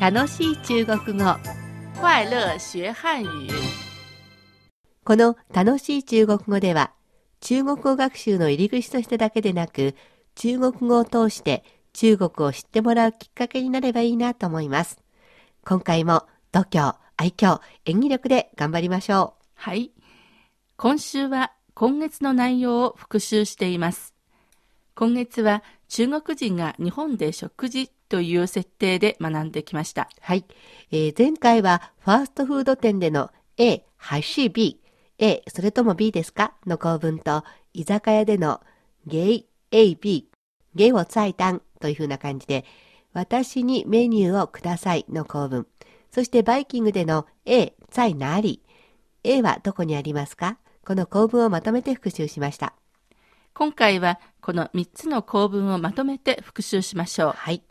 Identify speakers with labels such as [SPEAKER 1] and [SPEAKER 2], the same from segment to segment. [SPEAKER 1] 楽しい中国語
[SPEAKER 2] 快乐学汉语。
[SPEAKER 1] この楽しい中国語では中国語学習の入り口としてだけでなく中国語を通して中国を知ってもらうきっかけになればいいなと思います。今回も度胸、愛嬌、演技力で頑張りましょ
[SPEAKER 2] はい。今週は今月の内容を復習しています。今月は中国人が日本で食事という設定で学んできました
[SPEAKER 1] う。。はい。えー前回はファーストフード店での A、ハシ B、A、それとも B ですかの構文と居酒屋でのゲイ、A、B、ゲイを最短というふうな感じで私にメニューをくださいの構文。そしてバイキングでの A、在哪里 A はどこにありますかこの構文をまとめて復習しました。
[SPEAKER 2] 今回はこの3つの構文をまとめて復習しましょう。
[SPEAKER 1] はい。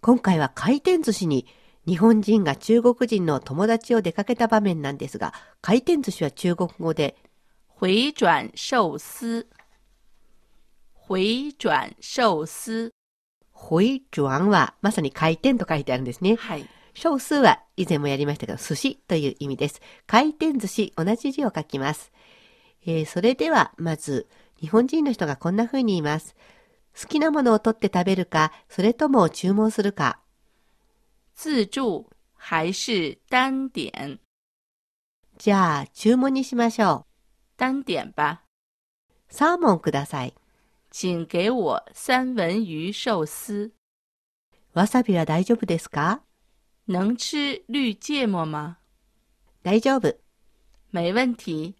[SPEAKER 1] 今回は回転寿司に日本人が中国人の友達を出かけた場面なんですが、回転寿司は中国語で、
[SPEAKER 2] 回转寿司。回转寿司。
[SPEAKER 1] ホイジュアンはまさに回転と書いてあるんですね。
[SPEAKER 2] はい。
[SPEAKER 1] 小数は以前もやりましたけど、寿司という意味です。回転寿司、同じ字を書きます。えーそれでは、まず、日本人の人がこんな風に言います。好きなものを取って食べるか、それとも注文するか。
[SPEAKER 2] 自助还是单点？
[SPEAKER 1] じゃあ、注文にしましょ
[SPEAKER 2] 单点吧。
[SPEAKER 1] う。サーモンください。
[SPEAKER 2] 请给我三文鱼寿司。
[SPEAKER 1] わさびは大丈夫ですか
[SPEAKER 2] 能吃绿芥末吗？
[SPEAKER 1] 大丈夫。
[SPEAKER 2] 没问题。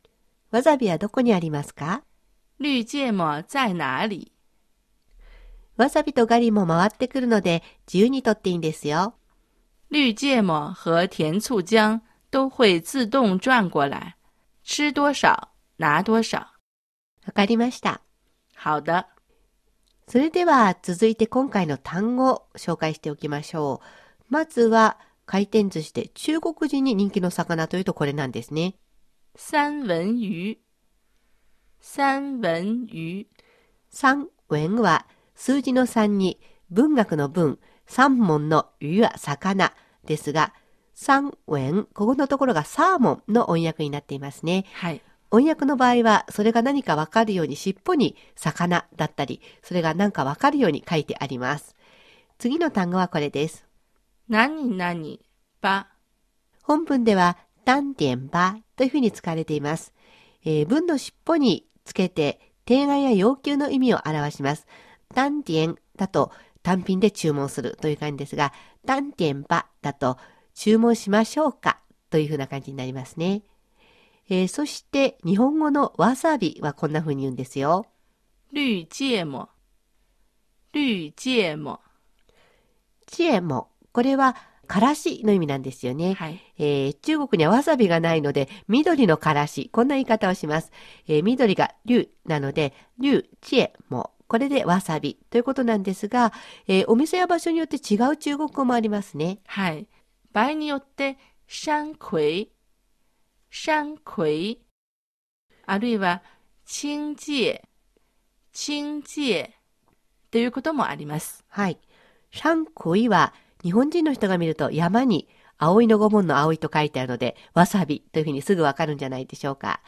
[SPEAKER 1] わさびはどこにありますか
[SPEAKER 2] 绿芥末在哪里？
[SPEAKER 1] わさびとガリも回ってくるので自由に取っていいんですよ。
[SPEAKER 2] 绿芥末和甜醋酱都会自动转过来，吃多少拿多少。
[SPEAKER 1] わかりました。
[SPEAKER 2] 好的，
[SPEAKER 1] それでは続いて今回の単語を紹介しておきましょう。まずは回転寿司で中国人に人気の魚というとこれなんですね。
[SPEAKER 2] 三文鱼。三文鱼，
[SPEAKER 1] 三、ウェンは数字の3に文学の文、三文の湯は魚ですが、三、ウェン、ここのところがサーモンの音訳になっていますね。
[SPEAKER 2] はい。
[SPEAKER 1] 音訳の場合は、それが何かわかるように尻尾に魚だったり、それが何かわかるように書いてあります。次の単語はこれです。
[SPEAKER 2] 何何吧。
[SPEAKER 1] 本文では、丹点ばというふうに使われています。えー文の尻尾につけて、提案や要求の意味を表します。丹点だと単品で注文するという感じですが、丹点ばだと注文しましょうかというふうな感じになりますね。えーそして、日本語のわさびはこんなふうに言うんですよ。
[SPEAKER 2] 绿芥末，绿芥末，
[SPEAKER 1] 知恵も、これは、からしの意味なんですよね。
[SPEAKER 2] はい。
[SPEAKER 1] えー中国にはわさびがないので、緑のからし、こんな言い方をします。えー緑が竜なので、竜、知恵も、これでわさびということなんですが、えーお店や場所によって違う中国語もありますね。
[SPEAKER 2] はい。場合によって、山葵、山葵、あるいは、清介、清介ということもあります。
[SPEAKER 1] はい。山葵は、日本人の人が見ると山に、葵の御門の葵と書いてあるので、わさびというふうにすぐわかるんじゃないでしょうか。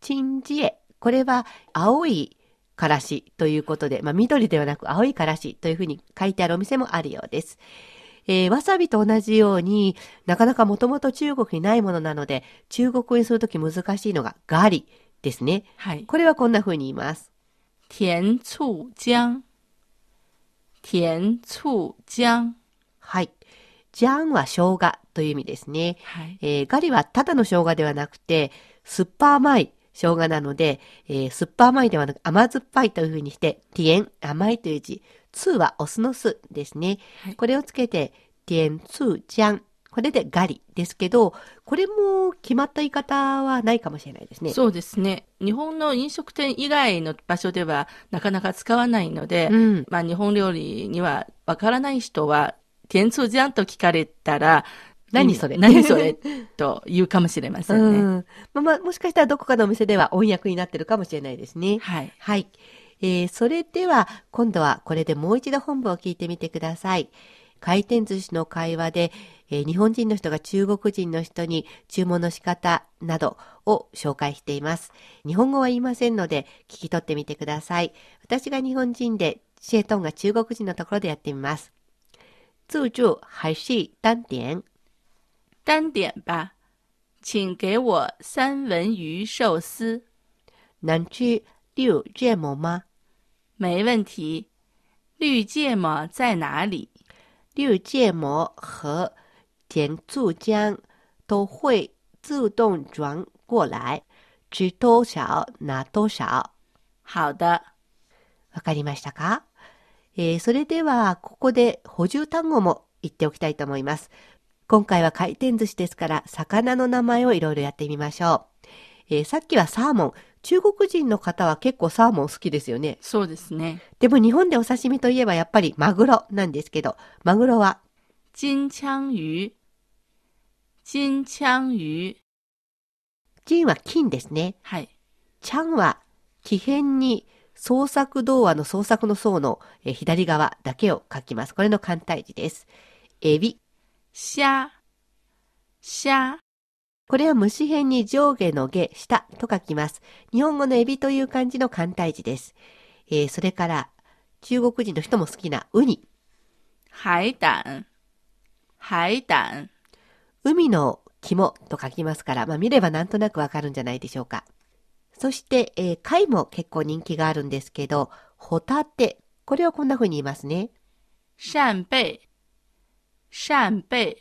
[SPEAKER 1] チンジエ、これは、青いからしということで、まあ、緑ではなく青いからしというふうに書いてあるお店もあるようです。えーわさびと同じように、なかなかもともと中国にないものなので、中国語にするとき難しいのがガリですね。
[SPEAKER 2] はい。
[SPEAKER 1] これはこんな風に言います。
[SPEAKER 2] 甜醋姜、甜醋姜。
[SPEAKER 1] はい。ジャンは生姜という意味ですね。
[SPEAKER 2] はい。
[SPEAKER 1] えーガリはただの生姜ではなくて、酸っぱ甘い生姜なので、えー酸っぱ甘いではなく甘酸っぱいというふうにして、ティエン、甘いという字、ツーはオスの酢ですね。
[SPEAKER 2] はい
[SPEAKER 1] これをつけて、ティエン、ツー、ジャン。これでガリですけど、これも決まった言い方はないかもしれないですね。
[SPEAKER 2] そうですね。日本の飲食店以外の場所ではなかなか使わないので、
[SPEAKER 1] うん。
[SPEAKER 2] まあ、日本料理にはわからない人は、天通じゃんと聞かれたら、
[SPEAKER 1] 何それ
[SPEAKER 2] うん何それと言うかもしれませ
[SPEAKER 1] うん
[SPEAKER 2] ね。
[SPEAKER 1] ん。まあまあ、もしかしたらどこかのお店では音訳になってるかもしれないですね。
[SPEAKER 2] はい。
[SPEAKER 1] はい。えーそれでは、今度はこれでもう一度本部を聞いてみてください。回転寿司の会話で、えー日本人の人が中国人の人に注文の仕方などを紹介しています。日本語は言いませんので、聞き取ってみてください。私が日本人で、シェトンが中国人のところでやってみます。自助还是单点。
[SPEAKER 2] 单点吧，请给我三文鱼寿司。
[SPEAKER 1] 能吃六芥末吗？
[SPEAKER 2] 没问题。绿芥末在哪里？
[SPEAKER 1] 六芥末和甜醋酱都会自动转过来，吃多少拿多少。
[SPEAKER 2] 好的，
[SPEAKER 1] わかりましたか、えーそれでは、ここで補充単語も言っておきたいと思います。今回は回転寿司ですから、魚の名前をいろいろやってみましょう。えーさっきはサーモン。中国人の方は結構サーモン好きですよね。
[SPEAKER 2] そうですね。
[SPEAKER 1] でも日本でお刺身といえばやっぱりマグロなんですけど、マグロは
[SPEAKER 2] 金枪鱼，金枪鱼，
[SPEAKER 1] 金は金ですね。
[SPEAKER 2] 嗨，
[SPEAKER 1] ちゃんは、木片に創作童話の創作の層のえー左側だけを書きます。これの簡体字です。エビ。
[SPEAKER 2] 虾，虾，
[SPEAKER 1] これは虫辺に上下の下、下と書きます。日本語のエビという漢字の簡体字です。えーそれから、中国人の人も好きなウニ。
[SPEAKER 2] 海胆，海胆，
[SPEAKER 1] 海の肝と書きますから、まあ、見ればなんとなくわかるんじゃないでしょうか。そして、えー貝も結構人気があるんですけど、ホタテ。これをこんな風に言いますね。
[SPEAKER 2] 扇贝，扇贝，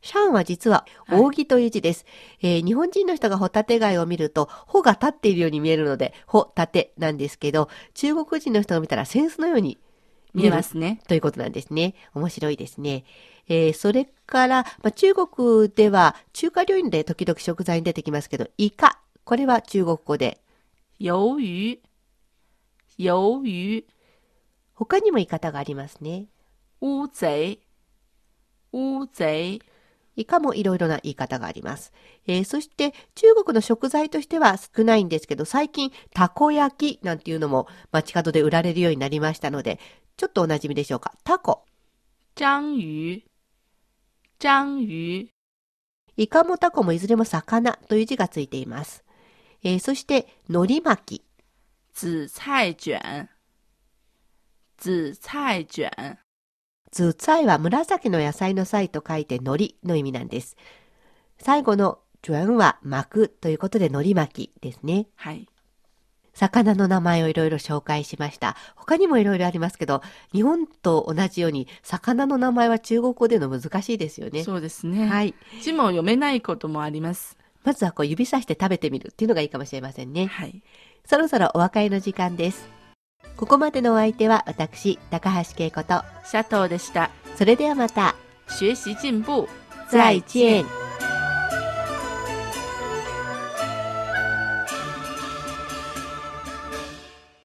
[SPEAKER 1] シャンは実は
[SPEAKER 2] はい
[SPEAKER 1] 扇という字です、えー日本人の人がホタテ貝を見ると、穂が立っているように見えるので、ホタテなんですけど、中国人の人が見たらセンスのように見
[SPEAKER 2] 見
[SPEAKER 1] え
[SPEAKER 2] えま
[SPEAKER 1] ます
[SPEAKER 2] すね。
[SPEAKER 1] ということなんですね。面白いですね。えーそれから、まあ、中国では中華料理で時々食材に出てきますけど、イカ。これは中国語で。
[SPEAKER 2] 鱿鱼，鱿鱼，
[SPEAKER 1] 他にも言い方がありますね。
[SPEAKER 2] 乌贼，乌贼，
[SPEAKER 1] イカもいろいろな言い方があります。えーそして中国の食材としては少ないんですけど、最近たこ焼きなんていうのも街角で売られるようになりましたので、ちょっとお馴染みでしょうか。タコ。
[SPEAKER 2] 章鱼，章鱼，
[SPEAKER 1] イカもタコもいずれも魚という字がついています。えーそして海苔巻き。
[SPEAKER 2] 紫菜卷，紫菜卷，
[SPEAKER 1] ズツイは紫の野菜の菜と書いて海苔の意味なんです。最後のジュアンは巻くということで海苔巻きですね。
[SPEAKER 2] 嗨，
[SPEAKER 1] 魚の名前をいろいろ紹介しました。他にもいろいろありますけど、日本と同じように、魚の名前は中国語での難しいですよね。
[SPEAKER 2] そうですね。
[SPEAKER 1] はい。
[SPEAKER 2] 字も読めないこともあります。
[SPEAKER 1] まずはこう指さして食べてみるっていうのがいいかもしれませんね。
[SPEAKER 2] はい。
[SPEAKER 1] そろそろお別れの時間です。ここまでのお相手は私、高橋恵子と、
[SPEAKER 2] シャトーでした。
[SPEAKER 1] それではまた、
[SPEAKER 2] 学習進步。
[SPEAKER 1] 再见。